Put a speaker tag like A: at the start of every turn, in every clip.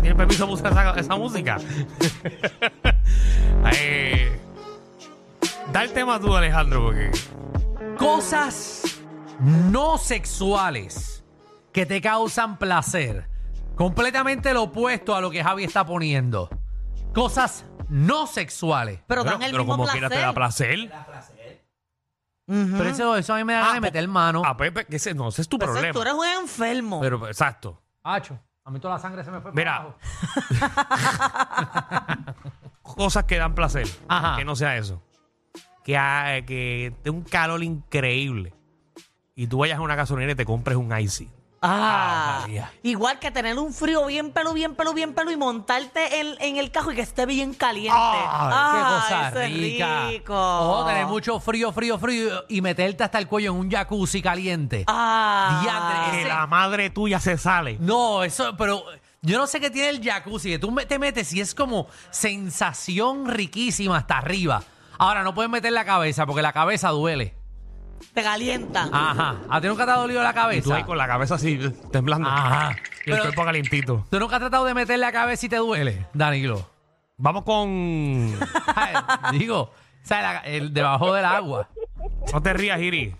A: tiene permiso para usar esa, esa música. eh, da el tema tú, Alejandro, porque.
B: Cosas no sexuales que te causan placer. Completamente lo opuesto a lo que Javi está poniendo. Cosas no sexuales.
C: Pero
A: Bueno,
C: dan el
A: pero
C: mismo
A: como quiera te da
C: placer.
A: placer.
C: Ujú.
B: Pero eso, eso a mí me da
A: Ah,
B: ganas de meter mano.
A: A Pepe, que ese, no, ese es tu
C: Entonces,
A: problema.
C: tú Pues, eres un enfermo.
A: Pero, exacto.
C: ah.
B: Acho, a mí toda la sangre se me fue. para
A: Mira.
B: abajo.
A: Cosas que dan placer.
B: Ajá.
A: Que no sea eso. Que, ah, que tenga un calor increíble. Y tú vayas a una gasolinera y te compres un icy. Ah,
C: ah,
A: María.
C: igual que tener un frío bien pelo, bien pelo, bien pelo y montarte en, en el cajo y que esté bien caliente.
B: Qué
C: Ah,
B: cosa
C: eso es
B: rica.
C: rico.
B: Ojo, tener mucho frío, frío, frío y meterte hasta el cuello en un jacuzzi caliente.
C: Ah,
B: Diantre, eh.
A: Que
B: ese-
A: la madre tuya se sale.
B: No, eso, pero yo no sé qué tiene el jacuzzi, que tú me- te metes y es como sensación riquísima hasta arriba. Ahora, no puedes meter la cabeza porque la cabeza duele.
C: te calienta.
B: Ajá. ¿A ti nunca te ha dolido la
A: Y tú
B: cabeza?
A: ahí con la cabeza así temblando.
B: Ajá.
A: Y el
B: Pero-
A: cuerpo calientito.
B: ¿Tú nunca has tratado de meter la cabeza y te duele, Danilo?
A: Vamos con.
B: Ay, Digo, o sea, la- el, debajo del agua.
A: No te rías, Iri.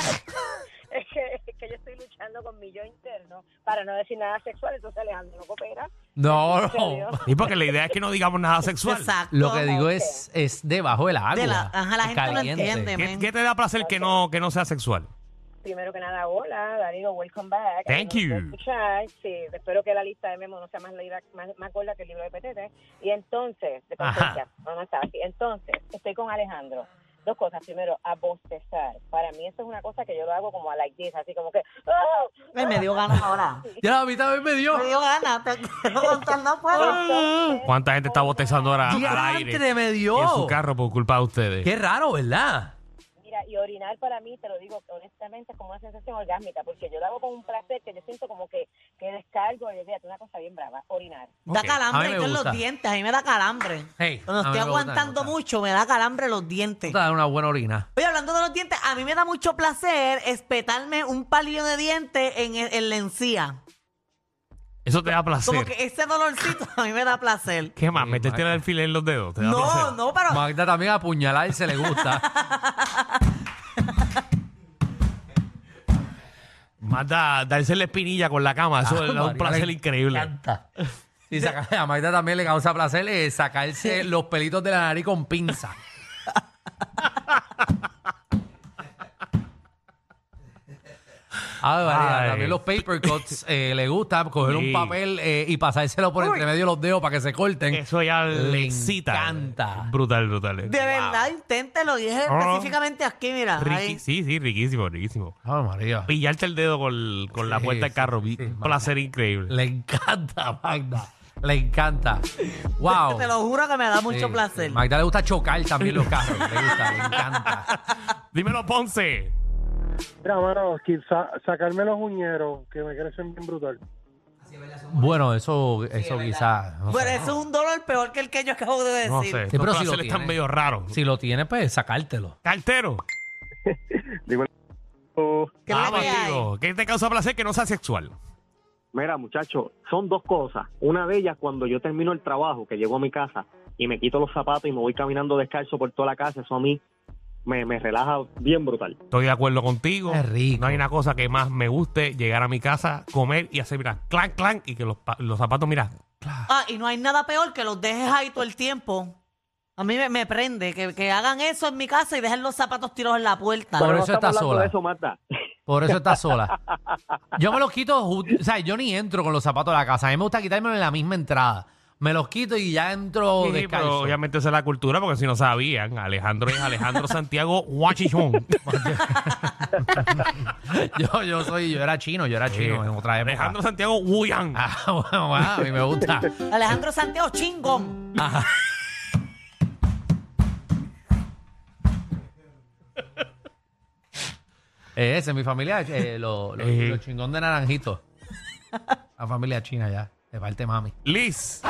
D: es que, es que yo estoy luchando con mi yo interno para no decir nada sexual, entonces Alejandro no coopera.
B: No, no.
D: serio?
A: Y porque la idea es que no digamos nada sexual.
C: Exacto.
B: Lo que digo es, es debajo del agua.
C: De la- ajá, la gente no entiende.
A: ¿Qué, qué te da placer que no, que no sea sexual?
D: Primero que nada, hola, Danilo, welcome back.
A: Thank
D: Gracias por
A: you.
D: Escuchar. Sí, espero que la lista de Memo no sea más, leída- más, más gorda que el libro de Petete. Y entonces, de
A: Ajá.
D: conciencia, no, no estaba así. Entonces, estoy con Alejandro. Dos cosas. Primero, a bostezar. Para mí eso es una cosa que yo lo hago como a like this, así como que... ¡oh!
C: Ay, me dio ganas ahora.
B: Ya la mitad vez me dio.
C: Me dio ganas. Te quiero contar, no puedo.
A: ¿Cuánta gente está bostezando ahora al aire?
B: Diantre me
A: Y en su
B: dio.
A: carro por culpa de ustedes.
B: Qué raro, ¿verdad?
D: Mira, y orinar para mí, te lo digo honestamente, es como una sensación orgásmica, porque yo lo hago con un placer que yo siento como que, que descargo y fíjate, una cosa bien brava, orinar.
C: Da
A: Ok.
B: A mí
C: calambre
B: me
C: yo en los
B: gusta.
C: dientes. A mí me da calambre.
B: Hey,
C: Cuando
B: a mí me
C: estoy
B: gusta, me
C: aguantando
B: gusta.
C: mucho, me da calambre los dientes.
B: Te da una buena orina.
C: Oye, hablando de los dientes, a mí me da mucho placer espetarme un palillo de dientes en, el- en la encía.
A: Eso te da
C: Como
A: placer.
C: que ese dolorcito a mí me da placer.
A: ¿Qué más?
B: Sí,
A: ¿Meterte el
B: Magda.
A: alfiler en los dedos? ¿Te da
C: No,
A: placer?
C: no, pero
B: Magda también apuñalar se le gusta.
A: Más da, darse la espinilla con la cama. Eso le da un
B: María,
A: placer
B: le
A: increíble.
B: Ah, encanta. Y saca- a Magda también le causa placer eh, sacarse los pelitos de la nariz con pinza. A ver, Ah, María,
A: Ay.
B: también los paper cuts eh, le gusta coger
A: Sí.
B: un papel eh, y pasárselo por entre medio de los dedos para que se corten.
A: Eso ya le,
B: Le
A: excita.
B: encanta.
A: Brutal, brutal. eh.
C: de verdad inténtelo. Y es específicamente aquí, mira.
A: Riqui-
B: eh.
C: ahí.
A: Sí, sí, riquísimo, riquísimo.
B: Ay, Ah, María.
A: Pillarte el dedo con, con la
B: Sí,
A: puerta del
B: sí,
A: carro.
B: sí,
A: un
B: Magda.
A: placer increíble.
B: Le encanta, Magda. Le encanta. Wow.
C: Te lo juro que me da mucho
B: Sí.
C: placer.
B: Magda le gusta chocar también los carros. Le gusta, le encanta.
A: Dímelo, Ponce.
E: Mira, mano, quizá sacarme los uñeros que me crecen bien brutal.
B: Bueno, eso, eso quizás. no
C: Pero
B: sé.
C: eso es un dolor peor que el que yo acabo de decir.
A: No sé.
B: Sí, pero
A: los
B: si lo
A: placeres están
B: tiene.
A: medio raros.
B: Si lo tienes, pues sacártelo.
A: Cartero.
F: Oh,
C: ¿Qué es la
A: Vamos,
C: que hay?
A: tío. ¿Qué te causa placer que no sea sexual?
F: Mira, muchacho, son dos cosas. Una de ellas, cuando yo termino el trabajo, que llego a mi casa y me quito los zapatos y me voy caminando descalzo por toda la casa, eso a mí me, me relaja bien brutal.
A: Estoy de acuerdo contigo.
B: Qué rico.
A: No hay una cosa que más me guste llegar a mi casa, comer y hacer, mira, clan, clan, y que los, pa- los zapatos, mira,
C: Ah, y no hay nada peor que los dejes ahí todo el tiempo. A mí me, me prende que, que hagan eso en mi casa y dejen los zapatos tirados en la puerta.
B: Por
F: Pero no
B: eso
F: estamos
B: está
F: hablando
B: sola.
F: de eso, Marta.
B: Por eso estás sola. Yo me los quito, ju- o sea, yo ni entro con los zapatos a la casa. A mí me gusta quitármelo en la misma entrada. Me los quito y ya entro
A: Sí, pero
B: descalzo.
A: obviamente esa es la cultura, porque si no sabían, Alejandro es Alejandro Santiago Huachichón.
B: Yo, yo soy, yo era chino, yo era chino en otra época.
A: Alejandro Santiago Huyan.
B: Ah, bueno, bueno, a mí me gusta.
C: Alejandro Santiago, chingón.
B: Eh, Ese, mi familia, eh, lo- lo-
A: Sí.
B: los chingón de naranjito. La familia china ya, de parte de mami.
A: Liz,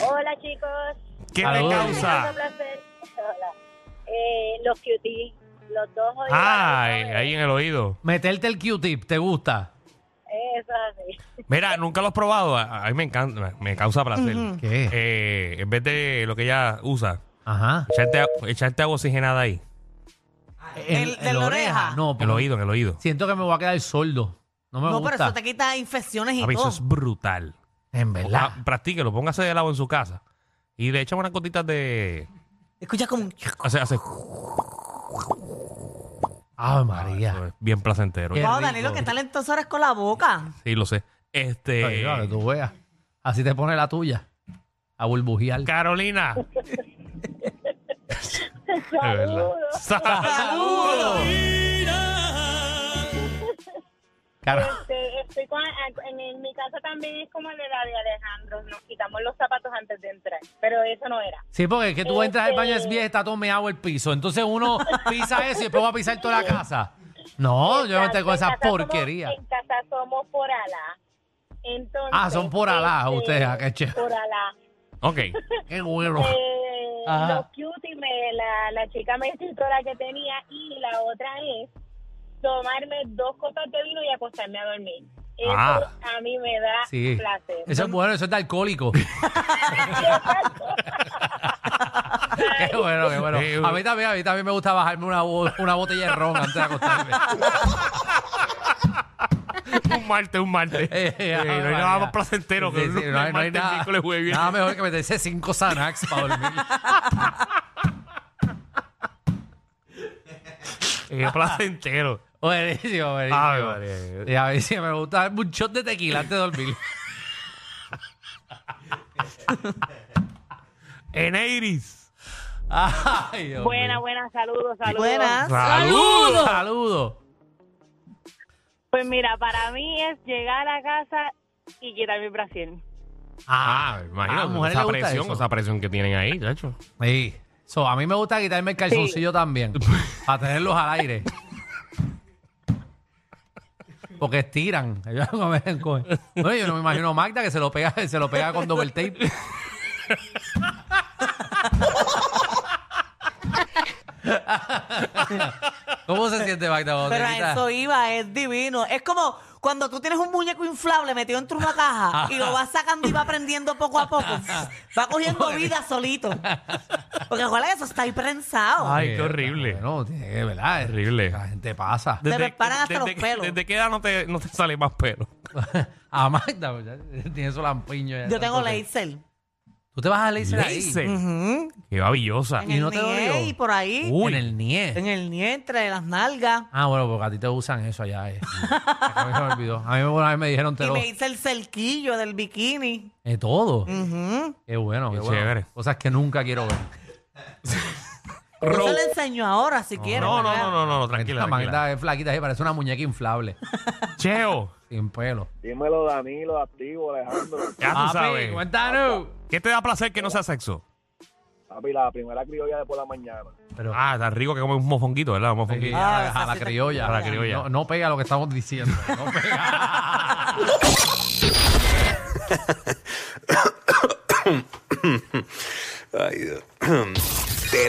D: Hola chicos,
A: ¿qué
B: Saludos.
A: te
D: Me da
A: causa?
D: placer. Hola. Eh, los cuties, los dos hoy.
A: Ay, ahí en el oído.
B: Meterte el Q-tip, ¿te gusta?
D: Eso es así.
A: Mira, nunca lo has probado. A a mí me encanta, me causa placer.
C: Ujú.
B: ¿Qué?
A: Eh, en vez de lo que ella usa,
B: Ajá.
A: echarte, a- echarte agua oxigenada ahí,
C: ¿Del- de la oreja?
B: No,
A: en el
B: pero
A: oído, en el oído.
B: siento que me voy a quedar sordo. No me
C: No,
B: gusta.
C: pero eso te quita infecciones y
A: Papi, eso
C: todo.
A: es brutal.
B: En oh. verdad.
A: Ah, Practíquelo, póngase de lado en su casa. Y le echa unas gotitas de.
C: Escuchas como un-
A: Hace, hace-
B: Ave María.
A: Eso es bien placentero.
B: Qué
C: Wow,
B: rico.
C: Danilo, que talentoso eres con la boca.
A: Sí, lo sé. Este.
B: Ay, claro, que tú veas. Así te pone la tuya. A burbujear.
A: Carolina. De verdad.
C: ¡Saludos!
B: Cara-
D: Este, estoy con- en, en mi casa también es como el de la de Alejandro, nos quitamos los zapatos antes de entrar, pero eso no era.
B: Sí, porque es que tú entras al baño es viejo, está todo meado el piso. Entonces uno pisa eso y después va a pisar toda la casa. No, yo no
D: Exacto,
B: estoy con
D: en
B: esa
D: casa somos-
B: porquería.
D: en casa somos por Alá. Entonces, este,
B: Ah, son por Alá, ustedes, ah, qué chévere.
D: Por Alá.
A: Ok.
B: Qué bueno.
D: Eh,
B: Ajá.
D: los cutie, me- la, la chica me citó la que tenía y la otra es tomarme dos copas de vino y acostarme a dormir. Eso
A: Ah.
D: a mí me da
B: Sí.
D: placer.
B: Eso es bueno, eso es de alcohólico. qué bueno, qué bueno.
A: Sí,
B: A mí también, a mí también me gusta bajarme una, bo- una botella de ron antes de acostarme.
A: un martes, un martes.
B: Eh, eh,
A: Eh, no hay
B: Ave
A: nada
B: María.
A: más placentero que
B: Sí,
A: un
B: sí,
A: lunes,
B: no hay, no hay
A: martes,
B: nada,
A: miércoles, jueves, viernes.
B: nada mejor que meterse cinco Xanax para dormir.
A: Eh, placentero. Ah,
B: Buenísimo, buenísimo.
A: Ave María.
B: Y a ver si me gusta darme un shot de tequila antes de dormir.
A: Eneiris.
B: Ay, Dios
D: Buena,
B: mío.
D: buena, saludos, saludos.
C: Buenas.
A: ¡Saludos!
B: Saludos.
D: Pues mira, para mí es llegar a casa y quitar mi brasier.
A: Ah, me imagino.
B: Ah, mujeres
A: esa
B: les gusta
A: presión,
B: eso.
A: esa presión que tienen ahí, chacho.
B: Sí. So, a mí me gusta quitarme el calzoncillo también. Para tenerlos al aire. Porque estiran. Ellos no me dejan coger. Bueno, yo no me imagino a Magda que se lo pega, se lo pega con double tape. ¿Cómo se siente Magda? cuando te
C: Pero a
B: quitas?
C: eso iba, es divino. Es como cuando tú tienes un muñeco inflable metido entre una caja y lo vas sacando y va aprendiendo poco a poco. Va cogiendo vida solito. Porque ojalá eso está ahí prensado.
B: Ah,
A: Ay, qué horrible.
B: No, tiene que, ¿verdad?
A: Horrible.
B: La gente pasa.
C: Te preparan hasta los
A: que-
C: pelos.
A: Desde qué edad no te, no te sale más pelo.
B: A Magda, muchacho, tiene su lampiño. ya
C: Yo tengo
B: tanto que-
C: laser.
B: Tú te vas a laser ahí.
A: Dice.
C: Ujú.
A: Qué babillosa.
C: En
B: ¿Y
C: el
B: no te
C: nie
B: dolió? Uh.
C: y por ahí.
B: Uy. En el NIE.
C: En el nietre, las nalgas.
B: Ah, bueno, porque a ti te usan eso allá. eh. a mí se me olvidó. A mí una vez me dijeron te
C: Y
B: lo...
C: me Mm. hice el cerquillo del bikini.
B: Eh, todo.
C: Ujú.
B: Qué bueno, qué,
A: Qué
B: bueno.
A: chévere.
B: Cosas que nunca quiero ver.
C: Yo se lo enseño ahora si quieres.
A: No, no, no, no, no, no, tranquila.
B: Esta
A: tranquila.
B: manita es flaquita, sí, parece una muñeca inflable.
A: Cheo,
B: sin pelo.
G: Dímelo, Danilo, activo, Alejandro.
A: ya tú
B: Papi,
A: sabes.
B: cuéntanos.
A: ¿Qué te da placer que no sea sexo?
G: Papi, la primera criolla de por la mañana.
B: Pero,
A: Ah, tan rico que come un mofonguito, ¿verdad? Un mofonguito.
C: Ah,
B: a,
C: esa
B: a la
C: sí te-
B: criolla.
A: A la criolla.
B: No, no pega lo que estamos diciendo. No pega.
H: Ay, Dios. Te